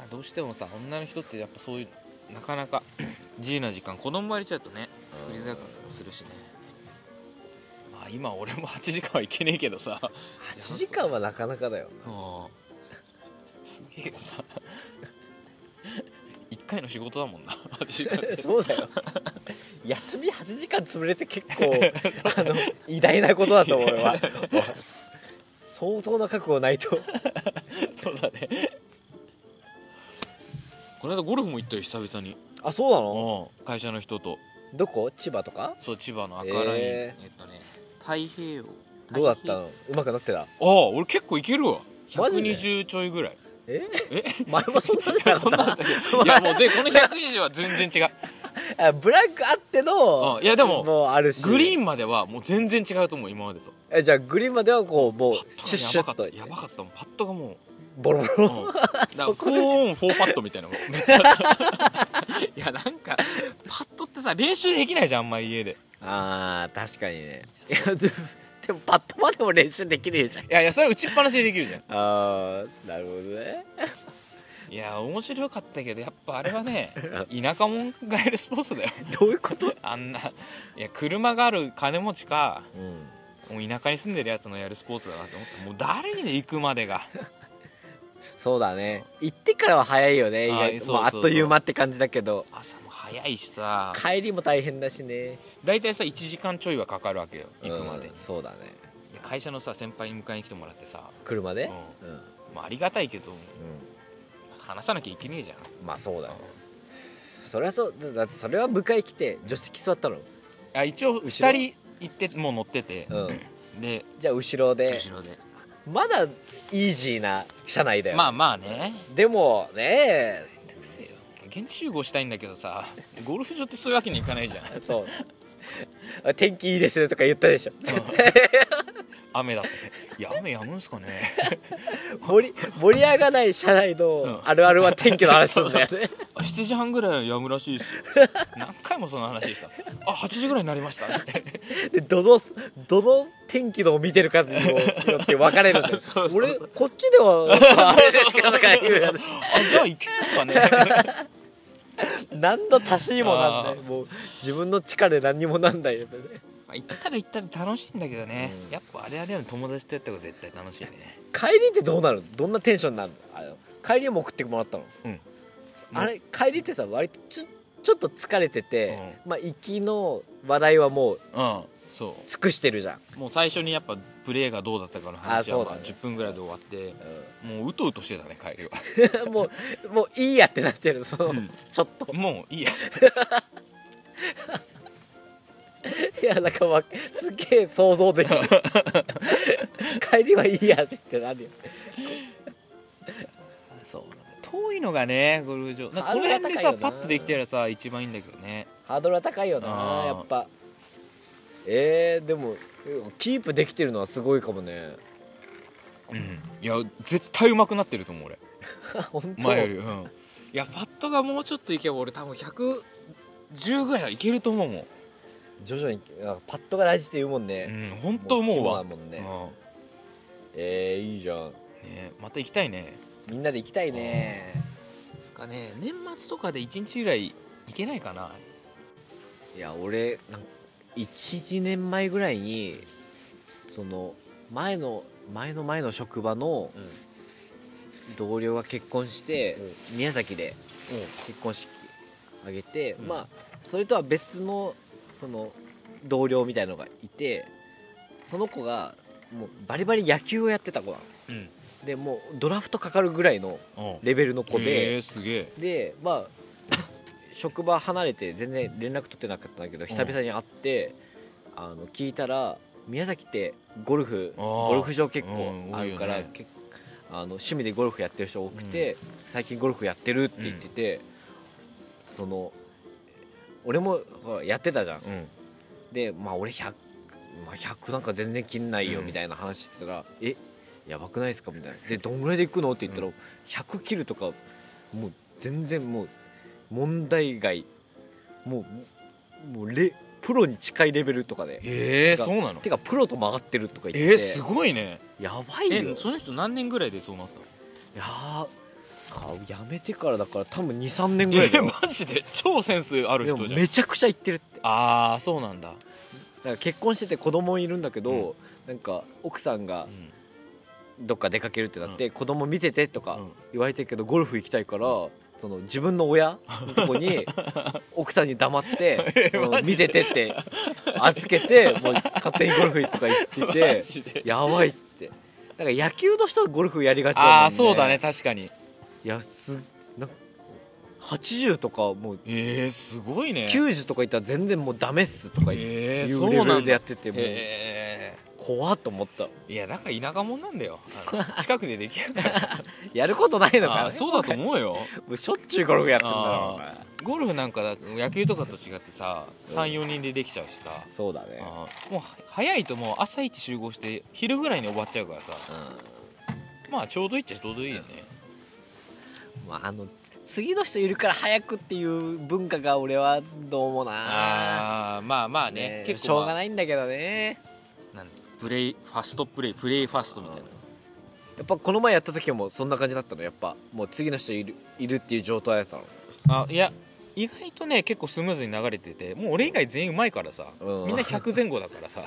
Speaker 2: あどうしてもさ女の人ってやっぱそういうなかなか自由な時間子供割れちゃうとね作りづらかったりもするしねまあ今俺も8時間はいけねえけどさ
Speaker 1: 8時間はなかなかだよ
Speaker 2: ああすげえよな1回の仕事だもん な8時間って
Speaker 1: そうだよ休み8時間潰れて結 構あの偉大なことだと思うわ相当な覚悟ないと
Speaker 2: そうだねこの間ゴルフも行ったよ久々に
Speaker 1: あそうなの
Speaker 2: うん会社の人と
Speaker 1: どこ千葉とか
Speaker 2: そう千葉の赤ライン、
Speaker 1: え
Speaker 2: えっとね太平洋
Speaker 1: どうだったのうまくなってた
Speaker 2: ああ俺結構いけるわ
Speaker 1: マジで
Speaker 2: 120ちょいぐらい
Speaker 1: え
Speaker 2: え
Speaker 1: 前もそんなんじゃなか
Speaker 2: こんなん
Speaker 1: っ
Speaker 2: だいやもうでこの120は全然違う
Speaker 1: た あブラックあっての
Speaker 2: あいやでも
Speaker 1: もうあるし
Speaker 2: グリー
Speaker 1: ン
Speaker 2: ンまではもう全然違うと思う今までと
Speaker 1: えじゃあグリーンまではこうもう
Speaker 2: パッ
Speaker 1: シュッ
Speaker 2: ト
Speaker 1: シュッ
Speaker 2: が
Speaker 1: と
Speaker 2: やばかったやばかったもんパットが もう
Speaker 1: ボロボ
Speaker 2: う
Speaker 1: ロ
Speaker 2: ん、だから4オン4パットみたいなもんめっちゃ いやなんかパットってさ練習できないじゃんあんまり家で
Speaker 1: あー確かにねいやでもでもパッとまでも練習できねえじゃん
Speaker 2: いやいやそれ打ちっぱなしでできるじゃん
Speaker 1: あーなるほどね
Speaker 2: いや面白かったけどやっぱあれは ね田舎者がやるスポーツだよ
Speaker 1: どういうこと
Speaker 2: あんないや車がある金持ちか
Speaker 1: うん
Speaker 2: もう田舎に住んでるやつのやるスポーツだなと思ってもう誰にで行くまでが
Speaker 1: そうだね行ってからは早いよね意
Speaker 2: はい
Speaker 1: 外と
Speaker 2: そうそう
Speaker 1: もうあっという間って感じだけど
Speaker 2: 朝も早いしさ
Speaker 1: 帰りも大変だしね
Speaker 2: 大体さ1時間ちょいはかかるわけよ行くまで,、
Speaker 1: うんそうだね
Speaker 2: で会社のさ先輩に迎えに来てもらってさ、
Speaker 1: 車で
Speaker 2: う
Speaker 1: うん、うん
Speaker 2: んまあ、ありがたいけど話さなきゃいけねえじゃん
Speaker 1: まあそうだよそれはそうだだってそれは迎え来て助手席座ったの
Speaker 2: あ一応
Speaker 1: 後ろ
Speaker 2: 2人行ってもう乗ってて、
Speaker 1: うん
Speaker 2: で
Speaker 1: じゃあ後ろで
Speaker 2: 後ろで
Speaker 1: まだイージーな車内だよ、
Speaker 2: まあまあね
Speaker 1: でもね
Speaker 2: めんどくせえよ現地集合したいんだけどさゴルフ場ってそういうわけにいかないじゃん
Speaker 1: そう天気いいですねとか言ったでしょ
Speaker 2: 雨だって いや雨やむんすかね
Speaker 1: 盛り盛り上がらない車内のあるあるは天気の話なんだよね
Speaker 2: あ7時半ぐらいやむらしいっすよ 何回もその話でしたあ8時ぐらいになりましたって
Speaker 1: でどのどの天気のを見てるかにもよって分かれるんだよ
Speaker 2: そうそうそう
Speaker 1: 俺こっちではあれですけどとか 言うよね
Speaker 2: あじゃあ行きますかね
Speaker 1: 何の足しにもなんない
Speaker 2: あー
Speaker 1: もう自分の力で何にもなんないよね
Speaker 2: まあ行ったら行ったら楽しいんだけどね、
Speaker 1: うん
Speaker 2: やっぱあれあれは友達とやった方が絶対楽しいね
Speaker 1: 帰りってどうなるのどんなテンションになるのあの帰りも送ってもらったの、
Speaker 2: うん
Speaker 1: あれ帰りってさ割とちょちょっと疲れてて、まあ行きの話題はもう
Speaker 2: うんそ
Speaker 1: 尽くしてるじゃん、
Speaker 2: うもう最初にやっぱプレーがどうだったかの話
Speaker 1: あそ
Speaker 2: は
Speaker 1: うだ
Speaker 2: まあ
Speaker 1: ね
Speaker 2: 10分ぐらいで終わってもううとうとしてたね帰りは
Speaker 1: もうもういいやってなってるその、
Speaker 2: うん
Speaker 1: ちょっと
Speaker 2: もういいや
Speaker 1: いやなんかわすげえ想像 できる帰りはいいやってなるよ
Speaker 2: そうなんだ遠いのがねゴルフ場なんかこの
Speaker 1: ハードルが
Speaker 2: 辺でさ、
Speaker 1: 高いよ
Speaker 2: パ
Speaker 1: な
Speaker 2: ッとできたらさ一番いいんだけどね
Speaker 1: ハードルは高いよな
Speaker 2: あー
Speaker 1: やっぱえー、でもキープできてるのはすごいかもね
Speaker 2: うんいや絶対上手くなってると思う俺
Speaker 1: 本当
Speaker 2: 前よりうんいやパットがもうちょっといけば俺多分110ぐらいはいけると思うもん
Speaker 1: 徐々にあパッドが大事って言うもんね、
Speaker 2: うん本当思うわ
Speaker 1: もう肝だもんね、
Speaker 2: う
Speaker 1: えー、いいじゃん
Speaker 2: んねまた行きたいね
Speaker 1: みんなで行きたいね
Speaker 2: なんかね年末とかで1日ぐらい行けないかない
Speaker 1: や俺なん12年前ぐらいにその前の前の前の職場の
Speaker 2: うん
Speaker 1: 同僚が結婚して、宮崎で結婚式あげて、
Speaker 2: うん
Speaker 1: まあそれとは別のその同僚みたいのがいてその子がもうバリバリ野球をやってた子なの
Speaker 2: うん
Speaker 1: でもうドラフトかかるぐらいの
Speaker 2: うん
Speaker 1: レベルの子
Speaker 2: へ
Speaker 1: で、
Speaker 2: ーすげえ
Speaker 1: でまあ 職場離れて全然連絡取ってなかったんだけど久々に会って、あの聞いたら宮崎ってゴルフ
Speaker 2: あー
Speaker 1: ゴルフ場結構
Speaker 2: うん
Speaker 1: あ
Speaker 2: 多い
Speaker 1: る
Speaker 2: よね
Speaker 1: から、けあの趣味でゴルフやってる人多くて、最近ゴルフやってるって言ってて、その俺もほらやってたじゃん
Speaker 2: うん
Speaker 1: でまあ俺 100, まあ100なんか全然切んないよ
Speaker 2: うん
Speaker 1: みたいな話してたら「えやばくないですか?」みたいな「でどんぐらいでいくの?」って言ったら、100切るとかもう全然もう問題外もうもうレプロに近いレベルとかで
Speaker 2: ええ
Speaker 1: てか
Speaker 2: そうなの
Speaker 1: てかプロと曲がってるとか言ってて
Speaker 2: えー、すごいね
Speaker 1: やばいよ
Speaker 2: えその人何年ぐらいでそうなったの
Speaker 1: いやーかやめてからだから多分23年ぐらいだ
Speaker 2: え
Speaker 1: よ
Speaker 2: マジで超センスある
Speaker 1: で
Speaker 2: 人
Speaker 1: も
Speaker 2: じゃん
Speaker 1: めちゃくちゃ行ってるって
Speaker 2: ああそうなんだ、
Speaker 1: だから結婚してて子供いるんだけど、なんか奥さんが
Speaker 2: うん
Speaker 1: どっか出かけるってなって、子供見ててとか
Speaker 2: うん
Speaker 1: 言われてるけどゴルフ行きたいから、その自分の親のとこ に奥さんに黙って
Speaker 2: え
Speaker 1: その
Speaker 2: マジ
Speaker 1: 見
Speaker 2: で
Speaker 1: ててって預けてもう勝手にゴルフとか行っ
Speaker 2: マ
Speaker 1: て
Speaker 2: ジ
Speaker 1: て
Speaker 2: で
Speaker 1: やばいってだから野球の人はゴルフやりがちだもんね
Speaker 2: ああそうだね確かに
Speaker 1: いやすなんか80とかもう
Speaker 2: ええすごいね
Speaker 1: 90とかいったら全然もうダメっすとかいう
Speaker 2: え
Speaker 1: レ
Speaker 2: えそう
Speaker 1: ベ
Speaker 2: な
Speaker 1: ル
Speaker 2: ん
Speaker 1: で
Speaker 2: だ
Speaker 1: や
Speaker 2: へ
Speaker 1: っててもう
Speaker 2: え
Speaker 1: 怖っと思った
Speaker 2: いやだから田舎者なん だよあの近くでできるから
Speaker 1: やることないのか
Speaker 2: あ
Speaker 1: な
Speaker 2: ーそうだと思うよ
Speaker 1: もうしょっちゅうゴルフやってんだろ
Speaker 2: あ
Speaker 1: お前
Speaker 2: ーゴルフなんかだ野球とかと違ってさ34人でできちゃうしさ
Speaker 1: そうだね
Speaker 2: あーもう早いともう朝一集合して昼ぐらいに終わっちゃうからさまあちょうどいいっちゃちょうどいいよね
Speaker 1: まあ、あの次の人いるから早くっていう文化が俺はどうもな
Speaker 2: ああーまあまあね
Speaker 1: ね
Speaker 2: 結
Speaker 1: しょ
Speaker 2: 構、
Speaker 1: う
Speaker 2: ま
Speaker 1: が
Speaker 2: あ、
Speaker 1: ないんだけどね
Speaker 2: なんプレイファストプレイプレイファストみたいな
Speaker 1: やっぱこの前やった時もそんな感じだったのやっぱもう次の人いるいるっていう状態だったの
Speaker 2: あいや意外とね結構スムーズに流れててもう俺以外全員うまいからさ、
Speaker 1: うん
Speaker 2: みんな100前後だから さ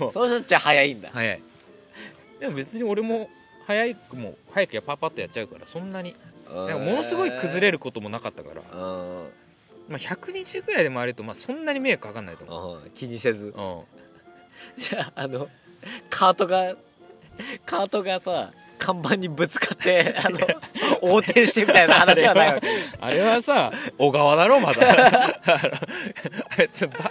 Speaker 2: もう
Speaker 1: その人たちは早いんだ
Speaker 2: 早いでも別に俺も早くも早くやパーパッとやっちゃうからそんなになんかものすごい崩れ
Speaker 1: る
Speaker 2: ることもなかったから、
Speaker 1: うんうん
Speaker 2: まあ、120ぐらいで回ると、まあ、そんなに迷惑かかんないと思う、
Speaker 1: 気にせず
Speaker 2: うん
Speaker 1: じゃああのカートがカートがさ看板にぶつかってあの横転してみたいな話はないわけ
Speaker 2: あれはさ小川だろまだ あいつバ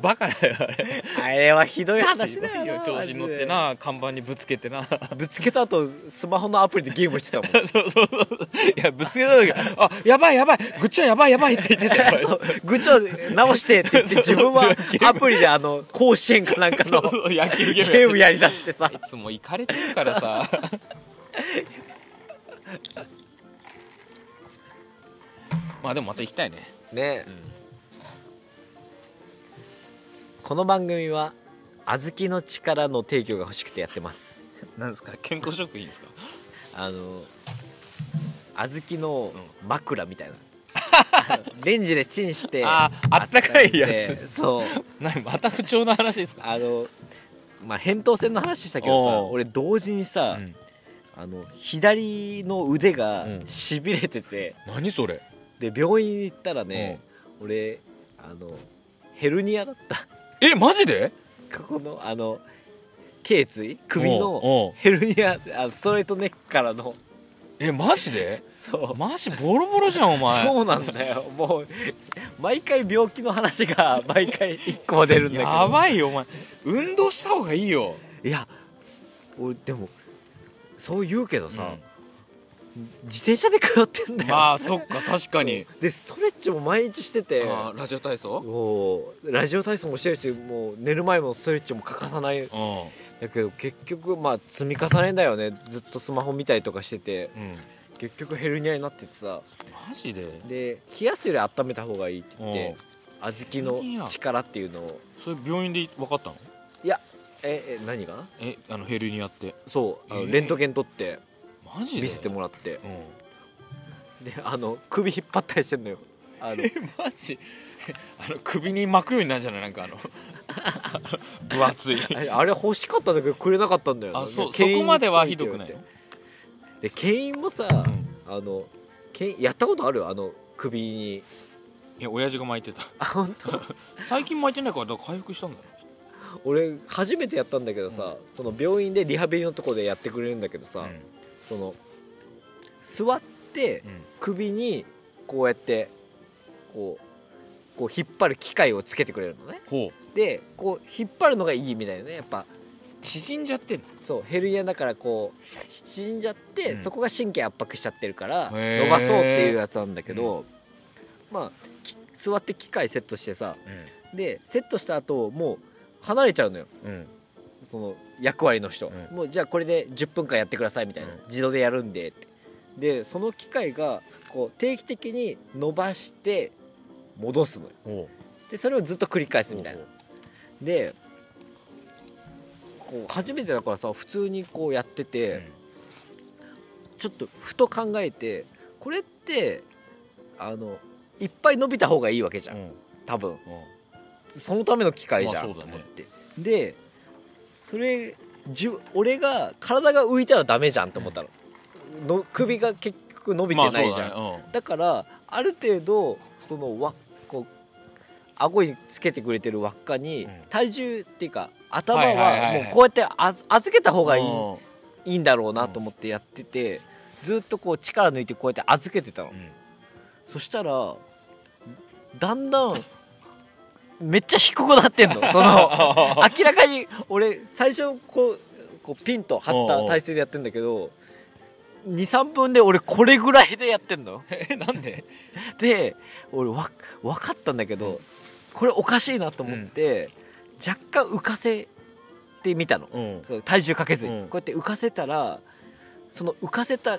Speaker 2: バカだよあれ
Speaker 1: あれはひどい話だよな
Speaker 2: 調子に乗ってな看板にぶつけてな
Speaker 1: ぶつけた後スマホのアプリでゲームしてたもん
Speaker 2: そうそうそういやぶつけた時あやばいやばいぐっちゃんやばいやばいって言ってた よ
Speaker 1: そう愚痴を直してって言って自分はアプリであの甲子園かなんか
Speaker 2: そ
Speaker 1: の
Speaker 2: うそう野球ゲーム
Speaker 1: ゲームやりだしてさ
Speaker 2: あいつも行かれてるから さまあでもまた行きたいね
Speaker 1: ね、
Speaker 2: ん
Speaker 1: この番組は小豆の力の提供が欲しくてやってます
Speaker 2: なんですか健康食品ですか
Speaker 1: あの小豆の枕みたいな、 レンジでチンして
Speaker 2: ああったかいやつ
Speaker 1: でそう
Speaker 2: 何また不調な話ですか
Speaker 1: あのまあ扁桃腺の話したけどさ
Speaker 2: おう
Speaker 1: 俺同時にさ、
Speaker 2: うん
Speaker 1: あの左の腕が
Speaker 2: うん
Speaker 1: しびれてて、
Speaker 2: 何それ
Speaker 1: で病院に行ったらね、俺あのヘルニアだった
Speaker 2: えマジで
Speaker 1: ここのあの頸椎首
Speaker 2: おうおう
Speaker 1: のヘルニアあストレートネックからの
Speaker 2: えマジで
Speaker 1: そう、
Speaker 2: マジボロボロじゃんお前
Speaker 1: そうなんだよもう毎回病気の話が毎回一個も出るんだけど
Speaker 2: やばいよお前運動した方がいいよ
Speaker 1: いや俺でもそう言うけどさ、自転車で通ってんだよ、
Speaker 2: まあそっか確かに
Speaker 1: でストレッチも毎日してて
Speaker 2: あーラジオ体操
Speaker 1: もうラジオ体操もしてるしもう寝る前もストレッチも欠かさない
Speaker 2: うん
Speaker 1: だけど結局まあ積み重ねだよねずっとスマホ見たりとかしてて
Speaker 2: うん
Speaker 1: 結局ヘルニアになっててさ
Speaker 2: マジで
Speaker 1: で冷やすより温めた方がいいって言っ
Speaker 2: うん
Speaker 1: て小豆の力っていうのを
Speaker 2: それ病院で分かったの
Speaker 1: いやええ何が
Speaker 2: えあのヘルニアって
Speaker 1: そうあの
Speaker 2: えー
Speaker 1: レントゲン取って
Speaker 2: マジで
Speaker 1: 見せて
Speaker 2: も
Speaker 1: もらって
Speaker 2: うん
Speaker 1: であの首引っ張ったりしてんのよあの
Speaker 2: えマジあの首に巻くようになるじゃないなんかあの 分 厚い
Speaker 1: あれあれ欲しかったんだけどくれなかったんだよな
Speaker 2: あそう
Speaker 1: 牽引
Speaker 2: そこまではひどくない
Speaker 1: ってで牽引もさ、
Speaker 2: ん
Speaker 1: あの牽引やったことあるあの首に
Speaker 2: いや親父が巻いてた
Speaker 1: あ本当
Speaker 2: 最近巻いてないからだから回復したんだよ
Speaker 1: 俺初めてやったんだけどさ、その病院でリハビリのとこでやってくれるんだけどさ、
Speaker 2: う
Speaker 1: その座って
Speaker 2: んうん
Speaker 1: 首にこうやってこうこう引っ張る機械をつけてくれるのね
Speaker 2: ほう
Speaker 1: でこう引っ張るのがいいみたいなねやっぱ
Speaker 2: 縮んじゃってんの
Speaker 1: そうヘルニアだからこう縮んじゃって、
Speaker 2: うん
Speaker 1: そこが神経圧迫しちゃってるから
Speaker 2: へー
Speaker 1: 伸ばそうっていうやつなんだけど、まあき座って機械セットしてさでセットした後もう離れちゃうのよ
Speaker 2: うん
Speaker 1: その役割の人、
Speaker 2: うん
Speaker 1: もうじゃあこれで10分間やってくださいみたいな、
Speaker 2: うん
Speaker 1: 自動でやるんでってでその機械がこう定期的に伸ばして戻すのよ
Speaker 2: ほ
Speaker 1: でそれをずっと繰り返すみたいな
Speaker 2: ほう
Speaker 1: でこう初めてだからさ普通にこうやって
Speaker 2: う
Speaker 1: て、ちょっとふと考えてこれってあのいっぱい伸びた方がいいわけじゃん、
Speaker 2: うん
Speaker 1: 多分
Speaker 2: うん
Speaker 1: そのための機械じゃん、
Speaker 2: まあそうだね
Speaker 1: と思ってでそれじゅ俺が体が浮いたらダメじゃんと思ったの,、の首が結局伸びてないじゃん、
Speaker 2: まあそうだね
Speaker 1: だからある程度その輪っこう顎につけてくれてる輪っかに
Speaker 2: うん
Speaker 1: 体重っていうか頭
Speaker 2: はいはいはい
Speaker 1: は
Speaker 2: はい
Speaker 1: もうこうやってあず預けた方
Speaker 2: うん
Speaker 1: がいい
Speaker 2: うん
Speaker 1: いいんだろうなと思ってやっててずっとこう力抜いてこうやって預けてたの
Speaker 2: うん
Speaker 1: そしたらだんだんめっちゃ低くなってん のその明らかに俺最初こうこうピンと張った体勢でやってんだけど23分で俺これぐらいでやってん の
Speaker 2: えなんで
Speaker 1: で俺わ分かったんだけど、これおかしいなと思って、若干浮かせてみたの、
Speaker 2: うん
Speaker 1: その体重かけずに、
Speaker 2: うん
Speaker 1: こうやって浮かせたらその浮かせた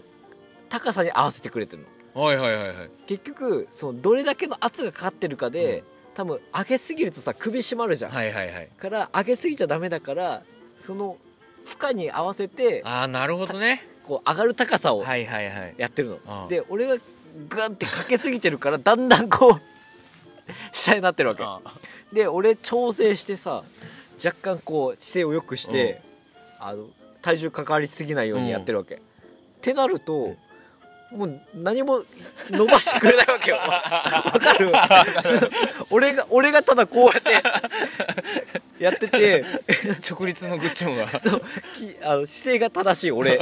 Speaker 1: 高さに合わせてくれてるの
Speaker 2: はいはいはいはい
Speaker 1: 結局そのどれだけの圧がかかってるかで、
Speaker 2: うん
Speaker 1: 多分上げすぎるとさ首締まるじゃん、
Speaker 2: はいはいはい
Speaker 1: から上げすぎちゃダメだからその負荷に合わせて
Speaker 2: ああなるほどね
Speaker 1: こう上がる高さを
Speaker 2: はいはいはい
Speaker 1: やってるの、
Speaker 2: うん
Speaker 1: で俺がガンってかけすぎてるからだんだんこう 下になってるわけで俺調整してさ若干こう姿勢を良くして、あの体重かかりすぎないようにやってるわけ、ってなると、もう何も伸ばしてくれないわけ よわかる俺が俺がただこうやってやってて
Speaker 2: 直立のグッチョンが
Speaker 1: そうきあの姿勢が正しい俺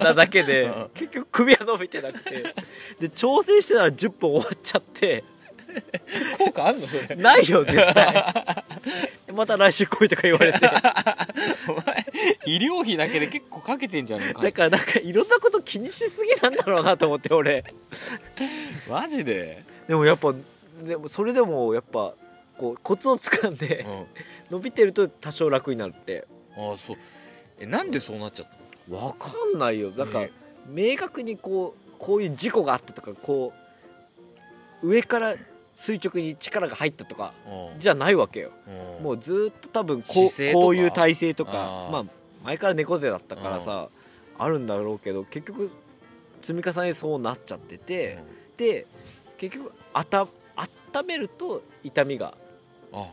Speaker 1: なだけで
Speaker 2: うん
Speaker 1: 結局首は伸びてなくてで調整してたら10分終わっちゃって
Speaker 2: 効果あんのそれ
Speaker 1: ないよ絶対 また来週来いとか言われてだ
Speaker 2: お前医療費だけで結構かけてんじゃねえか
Speaker 1: からなんかいろんなこと気にしすぎなんだろうなと思って俺
Speaker 2: マジで、
Speaker 1: でもやっぱでもそれでもやっぱこうコツをつかんで
Speaker 2: うん、
Speaker 1: 伸びてると多少楽になるって
Speaker 2: ああそうえなんでそうなっちゃった
Speaker 1: わかんないよなんか
Speaker 2: ね
Speaker 1: 明確にこうこういう事故があったとかこう上から垂直に力が入ったとか
Speaker 2: の
Speaker 1: じゃないわけよ
Speaker 2: うん
Speaker 1: もうずっと多分こ
Speaker 2: 姿勢
Speaker 1: う
Speaker 2: とか
Speaker 1: こういう体勢とか
Speaker 2: あー
Speaker 1: まあ前から猫背だったからさあるんだろうけど結局積み重ねそうなっちゃってて、で結局あた温めると痛みが
Speaker 2: うんあ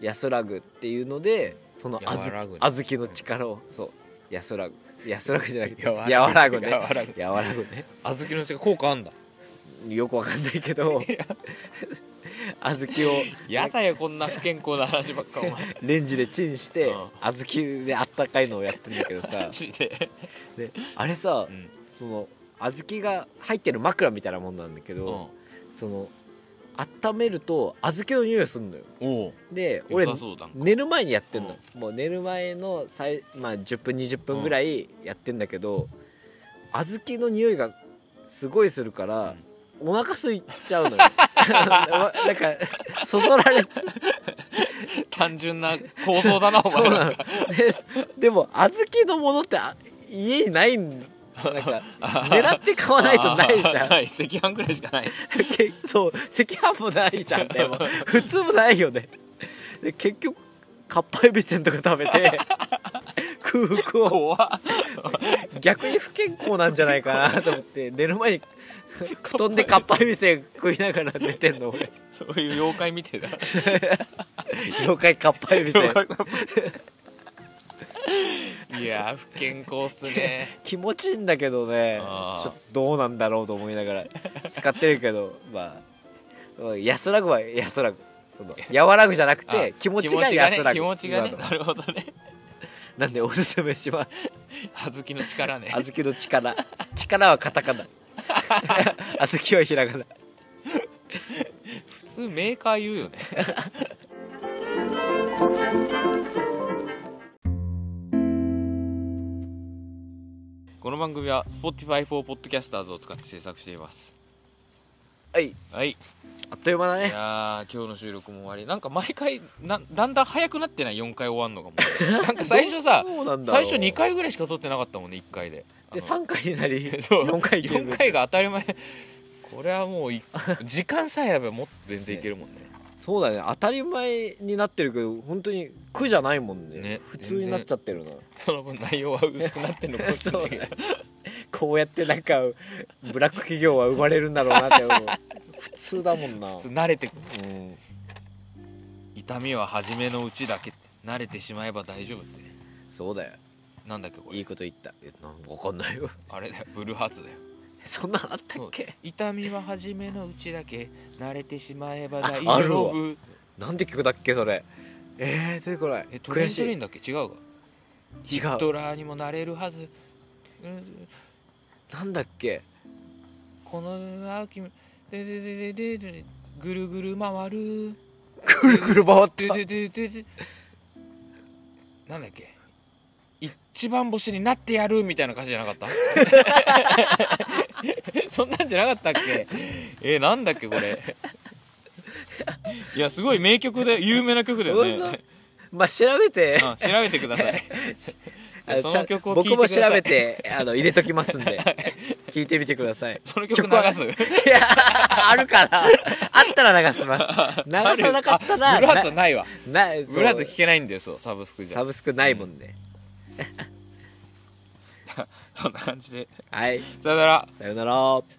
Speaker 1: 安らぐっていうのでその
Speaker 2: 和らぐね
Speaker 1: あずきの力をそう安らぐ安らぐじゃなくて
Speaker 2: 和らぐ
Speaker 1: 和らぐね
Speaker 2: 和らぐ
Speaker 1: 和らぐね
Speaker 2: 小豆の違う効果あんだ
Speaker 1: よくわかんないけど小豆を
Speaker 2: やだよこんな不健康な話ばっかお前
Speaker 1: レンジでチンして
Speaker 2: うん
Speaker 1: 小豆であったかいのをやってんだけどさ
Speaker 2: マジで、
Speaker 1: であれさ
Speaker 2: うん
Speaker 1: その小豆が入ってる枕みたいなもんなんだけ
Speaker 2: うん、
Speaker 1: ど
Speaker 2: お、
Speaker 1: その温めると小豆の匂いすんのよ
Speaker 2: お
Speaker 1: で
Speaker 2: 良
Speaker 1: 俺
Speaker 2: さそうだん
Speaker 1: 寝る前にやってんの、もう寝る前の最、まあ、10分20分ぐらいやってんだけど、小豆の匂いがすごいするから、お腹空いちゃうのよ なんかそそられちゃう
Speaker 2: 単純な構造だなお
Speaker 1: そう
Speaker 2: 前
Speaker 1: な
Speaker 2: な
Speaker 1: の
Speaker 2: んか
Speaker 1: ででも小豆のものってあ家にないんなん か狙って買わないとないじゃ
Speaker 2: あー
Speaker 1: ん
Speaker 2: ない赤飯ぐらいしかない
Speaker 1: けそう赤飯もないじゃんでも普通もないよねで結局かっぱえびせんとか食べ て空港
Speaker 2: 怖っ
Speaker 1: 逆に不健康なんじゃないかなと思って寝る前に布団でかっぱえびせん食いながら寝てんの俺
Speaker 2: そういう妖怪見てえだ
Speaker 1: 妖怪かっぱえびせん
Speaker 2: 妖怪いやー不健康っすね
Speaker 1: 気持ちいいんだけどね
Speaker 2: あー
Speaker 1: ちょっとどうなんだろうと思いながら使ってるけどまあまあ安らぐは安らぐその和らぐじゃなくて
Speaker 2: あ
Speaker 1: 気持ちが安らぐ
Speaker 2: 気持ちがね気持ち
Speaker 1: 今の
Speaker 2: がねなるほどね
Speaker 1: なんでおすすめします
Speaker 2: 小豆の力ね
Speaker 1: 小豆の力力はカタカ ナ小豆はひらがな
Speaker 2: 普通メーカー言うよね この番組は Spotify for Podcasters を使って制作しています
Speaker 1: はい
Speaker 2: はいい
Speaker 1: あっという間だね
Speaker 2: やー今日の収録も終わりなんか毎回なだんだん早くなってない4回終わんのか もなんか最初さ
Speaker 1: どうなんだろう
Speaker 2: 最初2回ぐらいしか撮ってなかったもんね1回で
Speaker 1: で
Speaker 2: あ
Speaker 1: 3
Speaker 2: の
Speaker 1: 回になり
Speaker 2: そう
Speaker 1: 4回いける
Speaker 2: 4回が当たり前これはもうい時間さえあればもっと全然いけるもんね
Speaker 1: そうだね当たり前になってるけど本当に苦じゃないもんね
Speaker 2: ね
Speaker 1: 普通になっちゃってるな
Speaker 2: その分内容は薄くなってんのかもしれないけど
Speaker 1: こうやってなんかブラック企業は生まれるんだろうなって思 う普通だもんな
Speaker 2: 普通慣れてくる
Speaker 1: うん、
Speaker 2: 痛みは初めのうちだけって慣れてしまえば大丈夫って
Speaker 1: そうだよ
Speaker 2: なんだっけこれ
Speaker 1: いいこと言ったえなんかわかんないよ
Speaker 2: あれだよブルーハーツだよ
Speaker 1: そんなのあった
Speaker 2: そ
Speaker 1: っ
Speaker 2: う
Speaker 1: け
Speaker 2: 痛みは初めのうちだけ慣れてしまえば大
Speaker 1: あある
Speaker 2: 丈
Speaker 1: わ
Speaker 2: 夫
Speaker 1: なんで曲だっけそれえー、出てこない
Speaker 2: えトレイ
Speaker 1: 悔
Speaker 2: ン
Speaker 1: し
Speaker 2: トレイ
Speaker 1: い
Speaker 2: ンだっけ違うか
Speaker 1: 違
Speaker 2: ド
Speaker 1: う
Speaker 2: ラーにもなれるはずうん
Speaker 1: なんだっけ
Speaker 2: この秋もででででででぐるぐる回る
Speaker 1: くるくる回って
Speaker 2: で
Speaker 1: た
Speaker 2: ででででなんだっけ一番星になってやるみたいな歌詞じゃなかった そんなんじゃなかったっけえなんだっけこれいやすごい名曲で有名な曲だよ
Speaker 1: 本
Speaker 2: ね
Speaker 1: まあ調べて
Speaker 2: うん調べてください
Speaker 1: あの
Speaker 2: そ
Speaker 1: ち
Speaker 2: の
Speaker 1: ゃん
Speaker 2: 曲を聴
Speaker 1: 僕
Speaker 2: いてく
Speaker 1: も
Speaker 2: ださ
Speaker 1: 調
Speaker 2: い
Speaker 1: べてあの入れときますんで聞いてみてください
Speaker 2: その曲流
Speaker 1: 曲は
Speaker 2: す
Speaker 1: いやあるからあったら流し ます流さなかったら
Speaker 2: あブルーハ
Speaker 1: な
Speaker 2: ーツはないわ
Speaker 1: な
Speaker 2: ブルーハー
Speaker 1: そ
Speaker 2: ツ
Speaker 1: う
Speaker 2: 聴けないんだよそうサブスクじゃ
Speaker 1: サブスクないもんね、
Speaker 2: そんな感じで
Speaker 1: はい
Speaker 2: さよなら
Speaker 1: さよなら